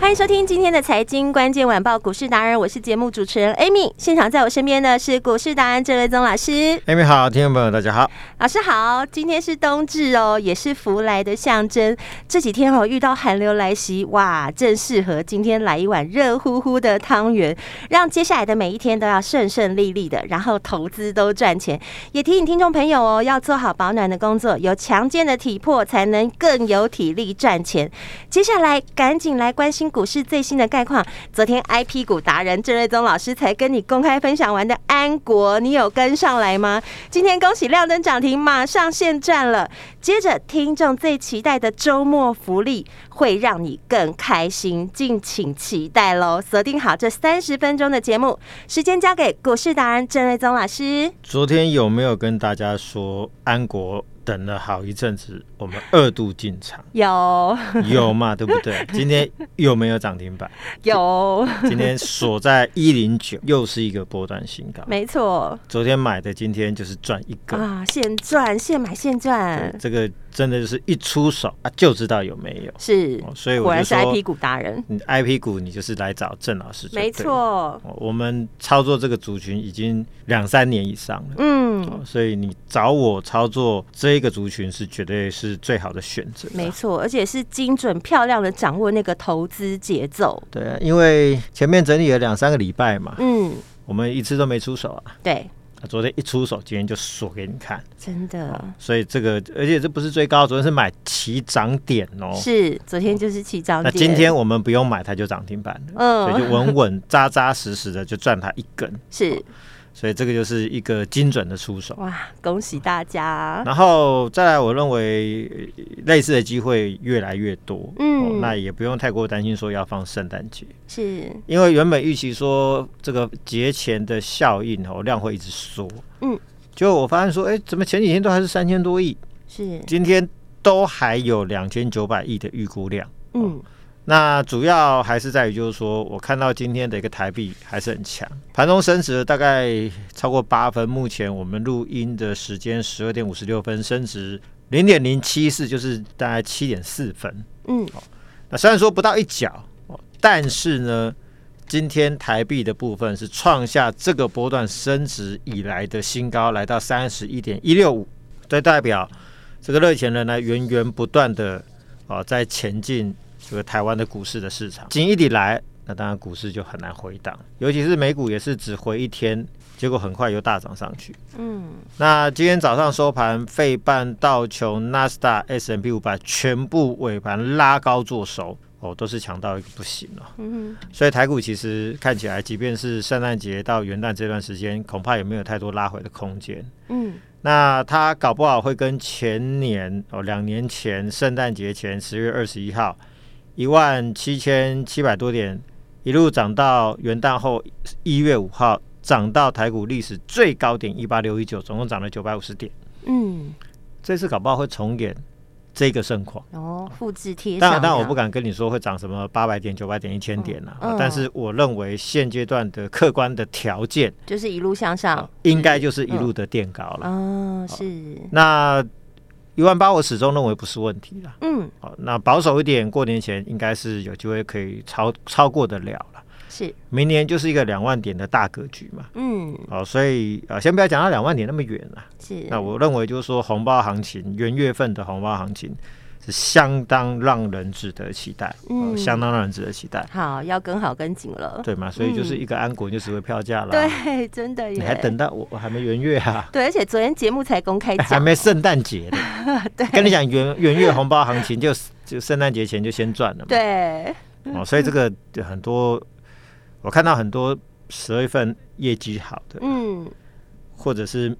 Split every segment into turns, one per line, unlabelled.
欢迎收听今天的财经关键晚报股市达人，我是节目主持人 Amy。现场在我身边的是股市达人郑瑞宗老师，
艾米哎好，听众朋友大家好。
老师好。今天是冬至哦，也是福来的象征。这几天哦，遇到寒流来袭，哇，正适合今天来一碗热乎乎的汤圆，让接下来的每一天都要顺顺利利的，然后投资都赚钱。也提醒听众朋友哦，要做好保暖的工作，有强健的体魄才能更有体力赚钱。接下来赶紧来关心股市最新的概况。昨天 I P 股达人郑瑞宗老师才跟你公开分享完的安国，你有跟上来吗？今天恭喜亮灯涨停，马上现赚了。接着，听众最期待的周末福利会让你更开心，敬请期待喽！锁定好这三十分钟的节目，时间交给股市达人郑瑞宗老师。
昨天有没有跟大家说安国等了好一阵子，我们二度进 场
有
有嘛？对不对？今天有没有涨 停板？
有，
今天锁在一零九，又是一个波段新高。
没错
昨天买的，今天就是赚一个。
啊，现赚现买现赚
对，这个真的就是一出手啊，就知道有没有。
是，
哦所以我就
果然是
说
I P 股达人，
你 IP 股，你就是来找郑老师。
没。错，
哦我们操作这个族群已经两三年以上了。
嗯。
哦所以你找我操作这一个族群是绝对是最好的选择。啊
没错，而且是精准漂亮的掌握那个投资节奏。
对啊，因为前面整理了两三个礼拜嘛，
嗯，
我们一次都没出手啊。
对，
啊昨天一出手，今天就锁给你看，
真的
所以这个而且这不是最高，昨天是买起涨点哦。
是昨天就是起涨
那
点。
今天我们不用买，它就涨停板了，所以
嗯
就稳稳扎扎实实的就赚它一根，
是
所以这个就是一个精准的出手。啊
哇，恭喜大家！
然后再来，我认为呃类似的机会越来越多，
嗯
哦那也不用太过担心说要放圣诞节，
是
因为原本预期说这个节前的效应哦量会一直缩，
嗯，
就我发现说，哎，怎么前几天都还是三千多亿，
是，
今天都还有两千九百亿的预估量，
嗯
那主要还是在于，就是说我看到今天的一个台币还是很强，盘中升值了大概超过八分。目前我们录音的时间十二点五十六分，升值零点零七四，就是大概七点四分。
嗯，
那虽然说不到一角，哦但是呢，今天台币的部分是创下这个波段升值以来的新高，来到三十一点一六五，这代表这个热钱人呢源源不断的啊在前进这个台湾的股市的市场，紧一点来。那当然，股市就很难回档，尤其是美股也是只回一天，结果很快又大涨上去。
嗯，
那今天早上收盘，费半、道琼、纳斯达、S M P 五百全部尾盘拉高做手，哦，都是强到一个不行了、
嗯
所以台股其实看起来，即便是圣诞节到元旦这段时间，恐怕也没有太多拉回的空间。
嗯，
那它搞不好会跟前年哦，两年前圣诞节前十月二十一号一万七千七百多点，一路涨到元旦后一月五号，涨到台股历史最高点一八六一九，总共涨了九百五十点。
嗯，
这次搞不好会重演这个盛况。
然后哦复制贴上
当
这
然，
样。
当然我不敢跟你说会涨什么八百点、九百点、一千点啊、
嗯嗯
但是我认为现阶段的客观的条件，
就是一路向上。
应该就是一路的垫高了。
哦，是，
那一万八，我始终认为不是问题啦。
嗯，
好，那保守一点，过年前应该是有机会可以超超过得了了。
是，
明年就是一个两万点的大格局嘛。
嗯，
好，所以呃，先不要讲到两万点那么远啦。
是。
那我认为就是说，红包行情元月份的红包行情是相当让人值得期待，
嗯
呃相当让人值得期待，
好，要跟好跟紧了。
对嘛？所以就是一个安国就只会票价啦。，
嗯对，真的耶。
你还等到我我还没元月啊，
对，而且昨天节目才公开讲，
还没圣诞节呢。
对
跟你讲元元月红包行情就就圣诞节前就先赚了嘛。
对，
哦，所以这个很多我看到很多十二月份业绩好的，
嗯
或者是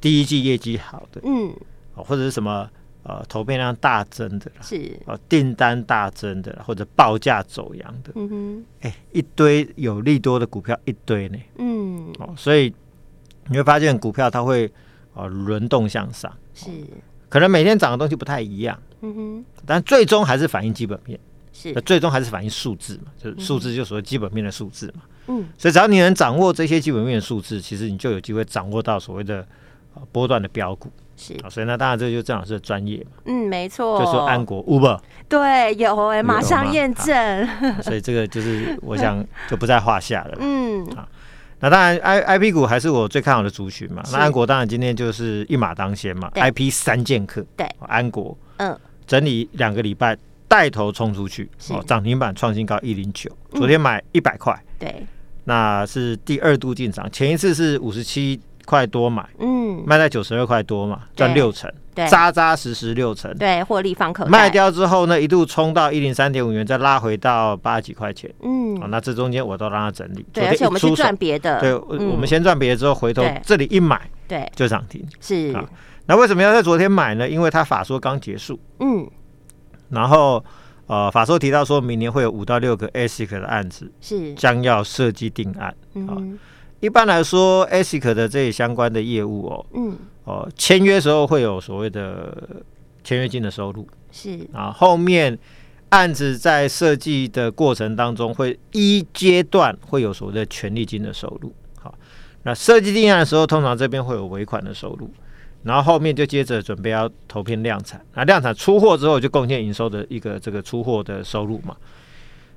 第一季业绩好的，
嗯，
哦或者是什么呃投片量大增的啦，
是，
哦订单大增的啦，或者报价走扬的，
嗯哼，
哎、一堆有利多的股票一堆呢，
嗯
哦，所以你会发现股票它会呃轮动向上，
是，
可能每天涨的东西不太一样，
嗯哼，
但最终还是反映基本面。那
是，
最终还是反映数字嘛，就是数字就所谓基本面的数字嘛。
嗯
所以只要你能掌握这些基本面的数字，其实你就有机会掌握到所谓的呃波段的标股
是，
啊。所以那当然这就是郑老师的专业嘛，
嗯没错，
就说安国 Uber，
对有哎，马上
吗
验
好
证，
所以这个就是我想就不在话下 了啦。
嗯
那当然 I I P 股还是我最看好的族群嘛。
是
那安国当然今天就是一马当先嘛
对
，I P 三剑客，
对
哦，安国
嗯
整理两个礼拜。带头冲出去，
是嗯
哦，涨停板创新高一零九，昨天买一百块，
对，
那是第二度进场，前一次是五十七块多买，
嗯
卖在九十二块多嘛，赚
对
六成，
对
扎扎实实六成。
对，获利放口袋
卖，掉之后呢，一度冲到一零三点五元，再拉回到八十几块钱。哦，
嗯
那这中间我都让它整理。
对，
昨
而
天
且我们
一出
去
手
赚别的，
对，我
嗯
我们先赚别的之后，回头
对
这里一买
对
就涨停。
是，
啊那为什么要在昨天买呢？因为它法说刚结束，
嗯
然后呃，法说提到说明年会有五到六个 ASIC 的案子
是，
将要设计定案。
嗯哼
一般来说，ASIC 的这相关的业务哦，
嗯
哦，签约时候会有所谓的签约金的收入
是，
啊，后面案子在设计的过程当中，会一阶段会有所谓的权利金的收入。好，那设计定案的时候，通常这边会有尾款的收入，然后后面就接着准备要投片量产，那量产出货之后就贡献营收的一个这个出货的收入嘛。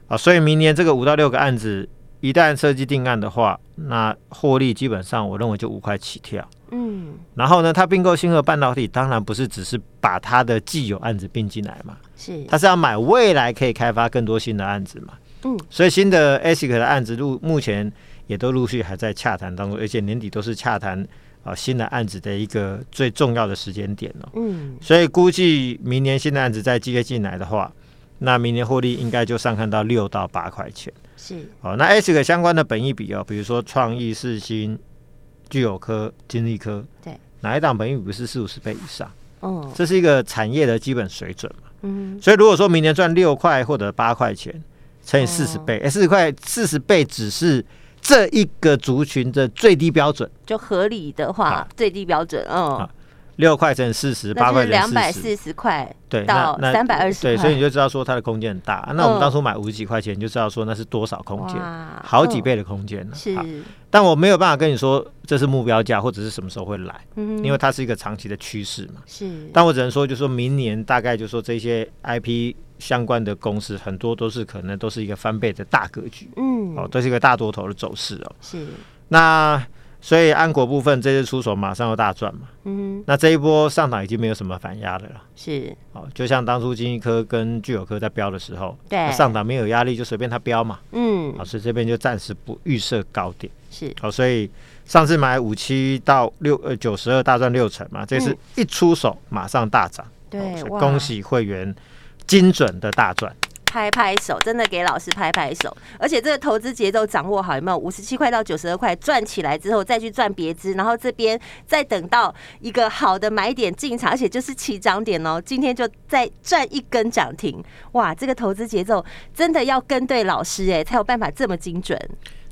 啊，所以明年这个五到六个案子。一旦设计定案的话，那获利基本上我认为就五块起跳。
嗯
然后呢，它并购星河半导体，当然不是只是把它的既有案子并进来嘛，
是，
它是要买未来可以开发更多新的案子嘛。
嗯，
所以新的 ASIC 的案子陆目前也都陆续还在洽谈当中，而且年底都是洽谈啊、呃新的案子的一个最重要的时间点哦。
嗯
所以估计明年新的案子再接进来的话，那明年获利应该就上看到六到八块钱。
是，
哦，那 ASIC 相关的本益比哦，比如说创意、世新、具有科、金利科，
对，
哪一档本益比不是四五十倍以上？
嗯
这是一个产业的基本水准嘛。
嗯
所以如果说明年赚六块或者八块钱，乘以四十
哦
倍，哎四十块四十倍只是这一个族群的最低标准，
就合理的话
好
最低标准，嗯
好。六块乘以四十，
那
八
就
块
是两
乘
百
以四十。
四十块，
对，
到
那那
320
对，所以
块
你就知道说它的空间很大。啊那
嗯
我们当初买五十几块钱，你就知道说那是多少空间，
哇
好几
嗯
倍的空间呢。
是
好，但我没有办法跟你说这是目标价或者是什么时候会来，
嗯
因为它是一个长期的趋势嘛。
是，
但我只能说，就说明年大概就说这些 IP 相关的公司很多都是可能都是一个翻倍的大格局
嗯
哦，，都是一个大多头的走势哦。
是，
那所以安国部分这次出手马上要大赚嘛，
嗯，
那这一波上档已经没有什么反压的了啦。
是，
哦，就像当初金一科跟聚友科在标的时候，
对
那上档没有压力就随便它标嘛，哦
嗯
好、，所以这边就暂时不预设高点。
是，
好、所以上次买五七到六呃九十二大赚六成嘛，这次
嗯
一出手马上大涨，
对
哦所以
哇
恭喜会员精准的大赚，
拍拍手，真的给老师拍拍手。而且这个投资节奏掌握好，有没有？五十七块到九十二块赚起来之后，再去赚别支，然后这边再等到一个好的买点进场，而且就是起涨点哦。今天就再赚一根涨停，哇！这个投资节奏真的要跟对老师哎、才有办法这么精准。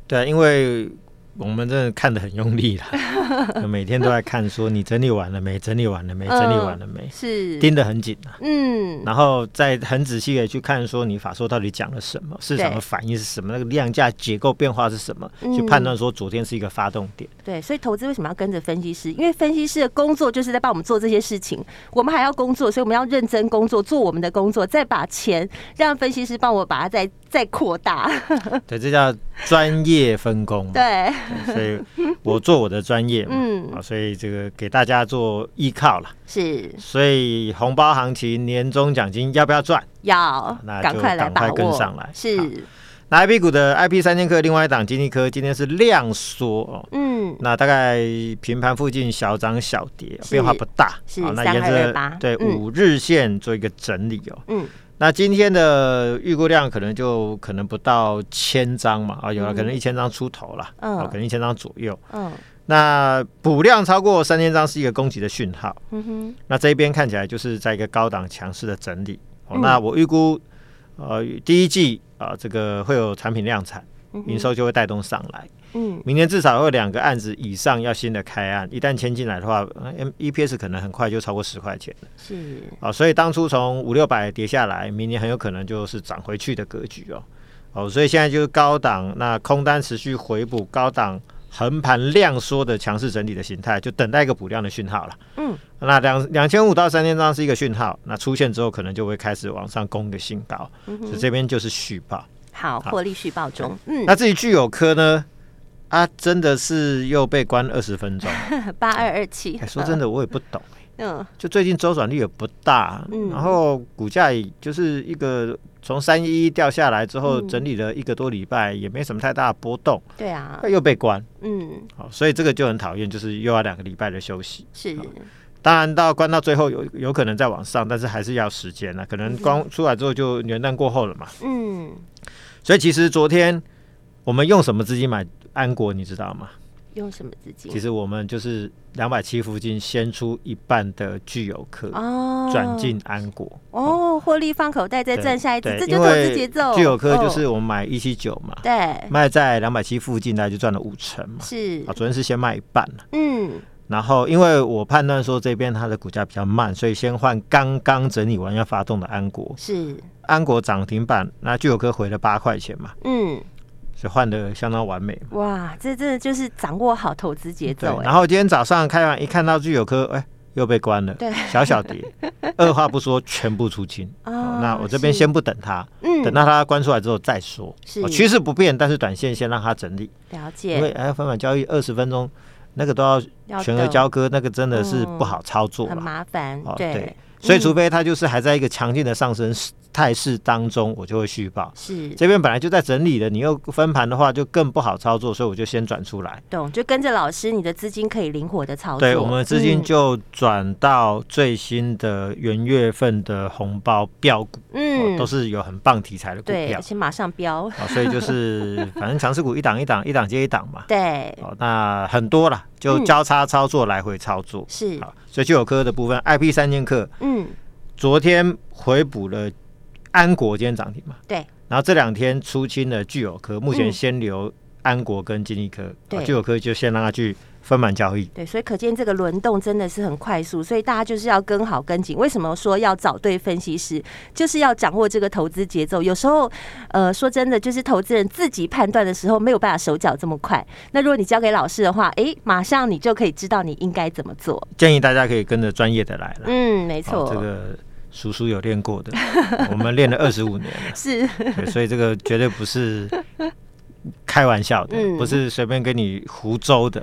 对啊，因为。我们真的看得很 用力了，每天都在看，说你整理完了没？整理完了没？整理完了没？
是，
盯得很紧啊，
嗯，
然后再很仔细的去看，说你法说到底讲了什么，市场
对
的反应是什么，那个量价结构变化是什么，
嗯
去判断说昨天是一个发动点。
对，所以投资为什么要跟着分析师？因为分析师的工作就是在帮我们做这些事情，我们还要工作，所以我们要认真工作，做我们的工作，再把钱让分析师帮我把它再再扩大。
对，这叫专业分工嘛。
对，
所以我做我的专业嘛，
嗯
啊，所以这个给大家做依靠啦。
是
所以红包行情、年终奖金要不要赚？
要
那
赶
就
快来
赶
把
快跟
握，
上来好
是，
那 I P 股的 I P 三千克，另外一档金利科今天是量缩哦，
嗯，
那大概平盘附近小涨小跌，
是
变化不大。啊
是
好那
3228
沿着对
嗯
五日线做一个整理哦。
嗯，
那今天的预估量可能就可能不到千张嘛，啊，有了可能一千张出头了，
嗯
啊可能一千张左右。
嗯
那补量超过三千张是一个供给的讯号，
嗯哼，
那这一边看起来就是在一个高档强势的整理。哦、那我预估，呃，第一季啊、这个会有产品量产，营收就会带动上来。
嗯
明年至少会有两个案子以上要新的开案，一旦签进来的话呃，M E P S 可能很快就超过十块钱了
是，
啊，所以当初从五六百跌下来，明年很有可能就是涨回去的格局哦。哦，所以现在就是高档那空单持续回补，高档横盘量缩的强势整理的形态，就等待一个补量的讯号了。
嗯，
那两两千五到三千张是一个讯号，那出现之后可能就会开始往上攻一个新高，
嗯
所以这边就是续报。
好，获利续报 中，嗯，
那至于具有科呢？啊，真的是又被关二十 分钟。
八二二七
哎，说真，的，我也不懂。
嗯
就最近周转率也不大，
嗯
然后股价也就是一个从三一一掉下来之后，
嗯
整理了一个多礼拜，也没什么太大的波动，
对啊，
又被关，
嗯
好，所以这个就很讨厌，就是又要两个礼拜的休息。
是，
当然到关到最后有有可能再往上，但是还是要时间啊了，可能关出来之后就元旦过后了嘛。
嗯
所以其实昨天我们用什么资金买安国，你知道吗？
用什么资金
其？实我们就是两百七附近先出一半的具有客
哦
转进安国。
哦，获利放口袋再
对
赚下一次，
对
这就
因
投
为
资节奏。
具有科就
哦哎
是我们买一七九嘛，
对，
卖在两百七附近，大概就赚了五成嘛。
是
啊，，昨天是先卖一半了，
嗯
然后因为我判断说这边它的股价比较慢，所以先换刚刚整理完要发动的安国，
是，
安国涨停板，那具有科回了八块钱嘛，
嗯，
所以换的相当完美嘛。
哇，这真的就是掌握好投资节
嗯对
奏，哎
然。后今天早上开完一看到具有科，哎。又被关了，
对，
小 小跌，二话不说全部出清。
哦
好那我这边
是
先不等它，
嗯
等到它关出来之后再说。
是
哦趋势不变，但是短线先让它整理。
了
因为
解，
哎，分盘交易二十分钟，那个都要
要
全额
等嗯
交割，那个真的是不好操作
很
啦。
麻烦
哦，，
对，，
所以
嗯
除非它就是还在一个强劲的上升态势当中，我就会续报。
是
这边本来就在整理了，你又分盘的话就更不好操作，所以我就先转出来。
懂，就跟着老师，你的资金可以灵活的操作。
对，我们资金
嗯
就转到最新的元月份的红包标股，哦
嗯
都是有很棒题材的股
对，
票
而。且马上飙，
啊，所以就是反正强势股一档一档一档接一档嘛，
对，
哦，那很多啦，就
嗯
交叉操作、来回操作。
是，
好，所以就有科的部分，IP 三剑客
嗯，
昨天回补了安国，今天涨停嘛，
对，
然后这两天出清了具有科，目前
嗯
先留安国跟金利科，
对
啊具有科就先让它去分盘交易。
对，所以可见这个轮动真的是很快速，所以大家就是要跟好跟紧。为什么说要找对分析师，就是要掌握这个投资节奏。有时候，呃，说真的，就是投资人自己判断的时候没有办法手脚这么快。那如果你交给老师的话，诶，马上你就可以知道你应该怎么做。
建议大家可以跟着专业的来了，
嗯，没
好
错，
哦这个叔叔有练过的， 我们练了二十五年了。
是
对，所以这个绝对不是开玩笑的，
嗯
不是随便跟你胡诌 的。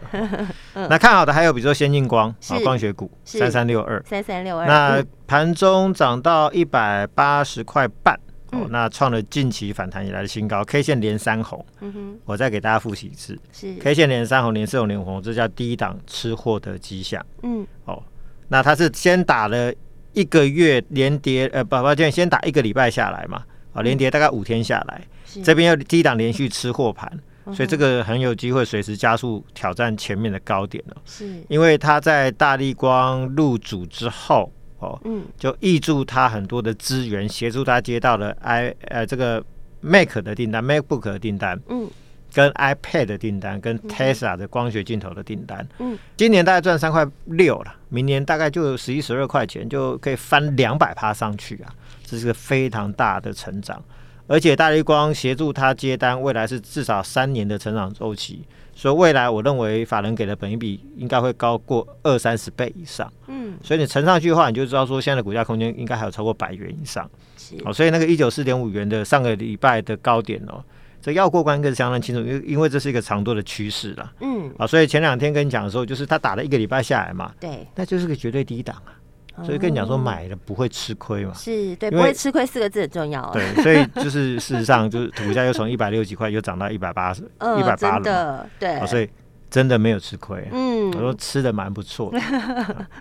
那看好的还有比如说先进光
是
啊，光学股
是
三三六二，
三三六二。
那
嗯
盘中涨到一百八十块半。哦
嗯，
那创了近期反弹以来的新高，K 线连三红，
嗯哼，
我再给大家复习一次
是，
，K 线连三红，连四红，连五红，这叫第一档吃货的迹象。
嗯，
哦，那它是先打了一个月连跌，呃，不，抱歉，先打一个礼拜下来嘛，哦，连跌大概五天下来，
是
这边又低档连续吃货盘，所以这
个
个很有机会随时加速挑战前面的高点了、
是，
因为它在大力光入主之后，哦，
嗯，
就挹注它很多的资源，协助它接到了 i 呃这个 Mac 的订单、MacBook 的订单，
嗯，
跟 iPad 的订单、跟 Tesla 的光学镜头的订单，
嗯，
今年大概赚三块六了，明年大概就十一十二块钱，就可以翻两百趴上去啊，这是个非常大的成长。而且大力光协助它接单，未来是至少三年的成长周期，所以未来我认为法人给的本益比应该会高过二三十倍以上。
嗯，
所以你乘上去的话，你就知道说现在的股价空间应该还有超过百元以上。
是，
哦，所以那个一九四点五元的上个礼拜的高点哦，这要过关更相当清楚，因为因为这是一个长多的趋势啦。
嗯，
啊，所以前两天跟你讲的时候，就是它打了一个礼拜下来嘛，
对，
那就是个绝对低档啊，
哦
所以跟你讲说买了不会吃亏嘛。
是对，
因
不会
为
吃亏四个字很重要哦。
对，所以就是事实上就是股价又从一百六几块又涨到一百八十、一 百
嗯，
八
真
了嘛，
的，对
啊，，所以真的没有吃亏。我
嗯
啊说吃的蛮不错的，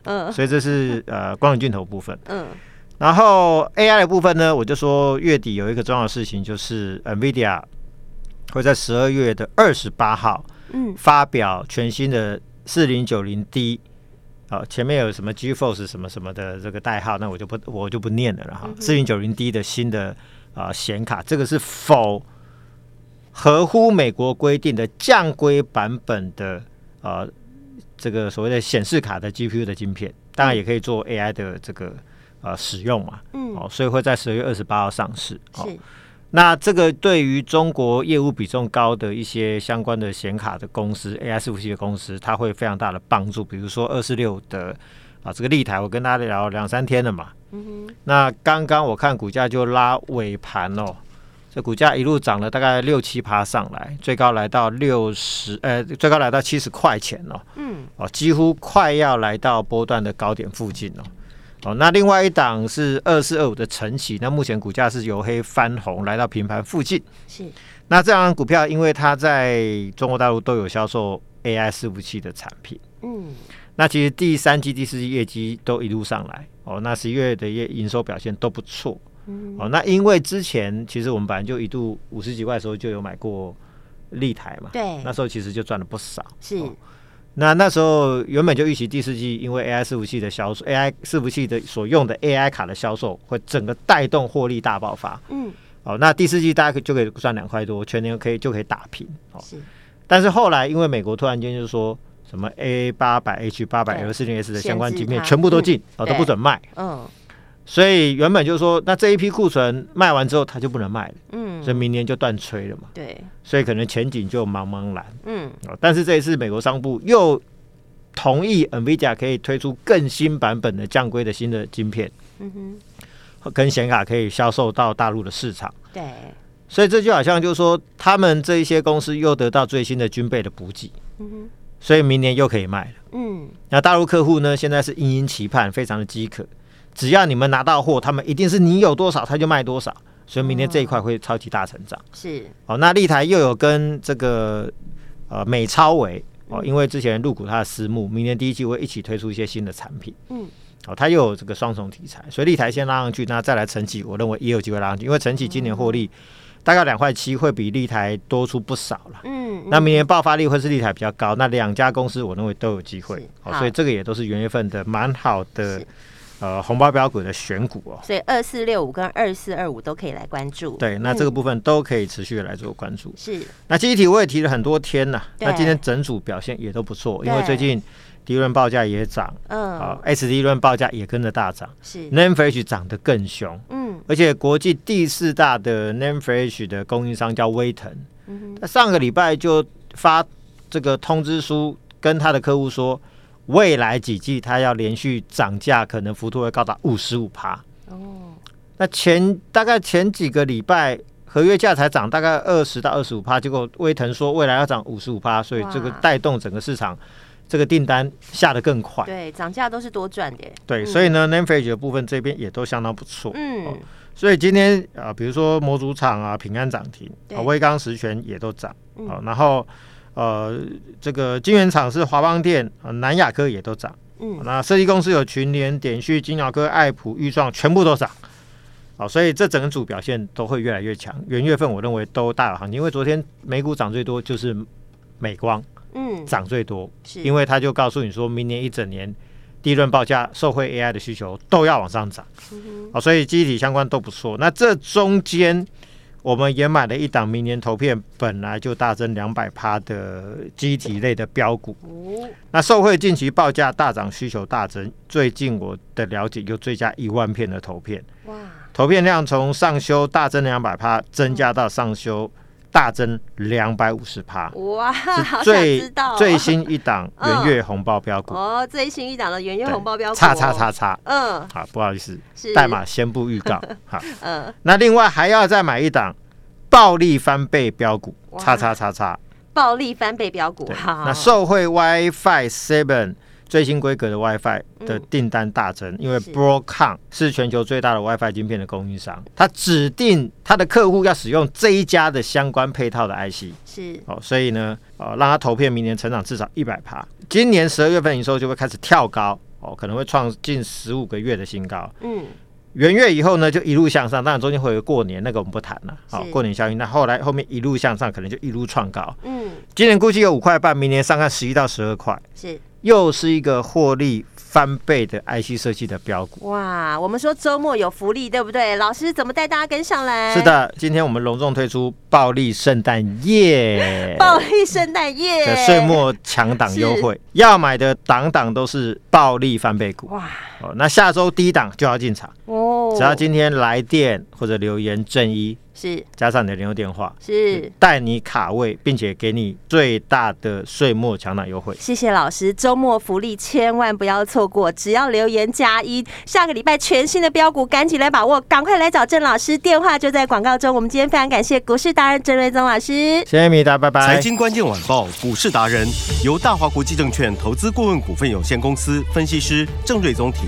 啊所以这是呃光源镜头部分。
嗯，
然后 AI 的部分呢，我就说月底有一个重要的事情，就是 NVIDIA 会在十二月的二十八号
嗯，
发表全新的四零九零 D。好，前面有什么 GForce 什么什么的这个代号，那我就不我就不念了了哈。四零九零 D 的新的啊、显卡，这个是否合乎美国规定的降规版本的啊、这个所谓的显示卡的 GPU 的晶片，当然也可以做 AI 的这个呃使用嘛。
嗯
哦，所以会在十月二十八号上市。哦，
是，
那这个对于中国业务比重高的一些相关的显卡的公司、AI 伺服器的公司，它会非常大的帮助。比如说二四六的啊，这个立台，我跟大家聊两三天了嘛。
嗯
那刚刚我看股价就拉尾盘哦，这股价一路涨了大概六七趴上来，最高来到六十，呃，最高来到七十块钱哦。
哼，嗯，
哦，几乎快要来到波段的高点附近哦。哦，那另外一档是二四二五的晨起，那目前股价是由黑翻红，来到平盘附近。
是，
那这档股票，因为它在中国大陆都有销售 AI 伺服器的产品，
嗯，
那其实第三季、第四季业绩都一路上来哦，那十一月的业营收表现都不错
嗯，
哦。那因为之前其实我们本来就一度五十几块的时候就有买过立台嘛，
对
那时候其实就赚了不少，
是，
哦那那时候原本就预期第四季，因为 AI 伺服器的销售，AI 伺服器的所用的 AI 卡的销售会整个带动获利大爆发。
嗯，
哦，那第四季大家可就可以赚两块多，全年可以就可以打平。哦，
是，
但是后来因为美国突然间就说什么 A 八百、H 八百、L 四零 S 的相关
限制
晶片
它
全部都禁，哦
对
都不准卖，
嗯，
所以原本就说那这一批库存卖完之后它就不能卖了，所
嗯，
以明年就断吹了嘛，
对，
所以可能前景就茫茫然。
嗯，
哦，但是这一次美国商部又同意 NVIDIA 可以推出更新版本的降规的新的晶片
嗯哼，
跟显卡，可以销售到大陆的市场。
对，
所以这就好像就是说，他们这一些公司又得到最新的军备的补给，
嗯
所以明年又可以卖了。
哼，嗯，
那大陆客户呢，现在是殷殷期盼，非常的饥渴。只要你们拿到货，他们一定是你有多少他就卖多少，所以明年这一块会超级大成长。
是，
哦，那立台又有跟这个呃美超维哦，
嗯
因为之前入股它的私募，明年第一季会一起推出一些新的产品。
嗯，
哦，它又有这个双重题材，所以立台先拉上去，那再来晨起，我认为也有机会拉上去，因为晨起今年获利大概两块七，会比立台多出不少了。
嗯，
那明年爆发力会是立台比较高，那两家公司我认为都有机会
是，
哦，
好
所以这个也都是元月份的蛮好的
是
呃红包标股的选股哦。
嗯所以二四六五跟二四二五都可以来关注，，
对，那这个
嗯
部分都可以持续地来做关注。
是，
那记忆体我也提了很多天了，
对
那今天整组表现也都不错，
对
因为最近第一轮报价也涨，啊
嗯，
，SD 轮报价也跟着大涨
是，
n a m e f r a s h 涨得更凶，
嗯，
而且国际第四大的 n a m e f r a s h 的供应商叫威腾，
嗯哼，
那上个礼拜就发这个通知书跟他的客户说，未来几季他要连续涨价，可能幅度会高达五十五趴。
哦，
那前大概前几个礼拜合约价才涨大概二十到二十五趴，结果威腾说未来要涨五十五趴，所以这个
哇
带动整个市场这个订单下得更快。
对，涨价都是多赚的，
对，
嗯
所以呢 n a m e f a g e 的部分这边也都相当不错。
嗯，
所以今天啊、比如说模组厂啊、平安涨停，
对
啊、威刚实权也都涨，
嗯
啊、然后呃，这个晶圆厂是华邦电、啊南亚科也都涨，
嗯，
那设计公司有群联、点旭、金鸟科、爱普、裕创，全部都涨。好、所以这整个组表现都会越来越强。元月份我认为都大有行情，因为昨天美股涨最多就是美光
嗯，
涨最多，
是，
因为它就告诉你说明年一整年第一轮报价受惠 AI 的需求都要往上涨。
嗯
好、所以机体相关都不错。那这中间我们也买了一档明年投片本来就大增两百趴的机体类的标股，
哼，哦，
那受惠近期报价大涨，需求大增，最近我的了解有追加一万片的投片，
哇，
投片量从上修大增两百趴，增加到上修大增两百五十趴，
哇，好
是
想
最
知道哦嗯
最新 一档元月红包标股，
哦，最新一档的元月
对
红包标股，
叉叉，叉叉，
嗯，
好，不好意思，
是
代码先不预告，好，
嗯，
那另外还要再买一档暴利翻倍标股，
哇
叉叉叉叉，
暴力翻倍标股，
对，
好，
那受惠 WiFi Seven 最新规格的 WiFi 的
嗯
订单大增，因为
是
Broadcom 是全球最大的 WiFi 晶片的供应商，它指定它的客户要使用这一家的相关配套的 IC，
是，
哦，所以呢，呃，让它投片明年成长至少一百趴，今年十二月份营收就会开始跳高，哦，可能会创近十五个月的新高。
嗯，
元月以后呢，就一路向上，当然中间会有过年，那个我们不谈了。好、
是
过年效应，那后来后面一路向上，可能就一路创高。
嗯，
今年估计有五块半，明年上看十一到十二块，
是
又是一个获利翻倍的 IC 设计的标股。
哇，我们说周末有福利，对不对？老师怎么带大家跟上来？
是，的，今天我们隆重推出暴力圣诞夜
暴力圣诞夜
的岁末强档优惠，要买的档档都是暴力翻倍股。
哇
哦，那下周低档就要进场，
哦，
只要今天来电或者留言正一，
是
加上你的联络电话，
是。
带你卡位，并且给你最大的岁末强档优惠。
谢谢老师，周末福利千万不要错过，只要留言加一，下个礼拜全新的标股，赶紧来把握，赶快来找郑老师，电话就在广告中。我们今天非常感谢股市达人郑瑞宗老师。
谢谢米达，拜拜。
财经关键晚报股市达人由大华国际证券投资顾问股份有限公司分析师郑瑞宗提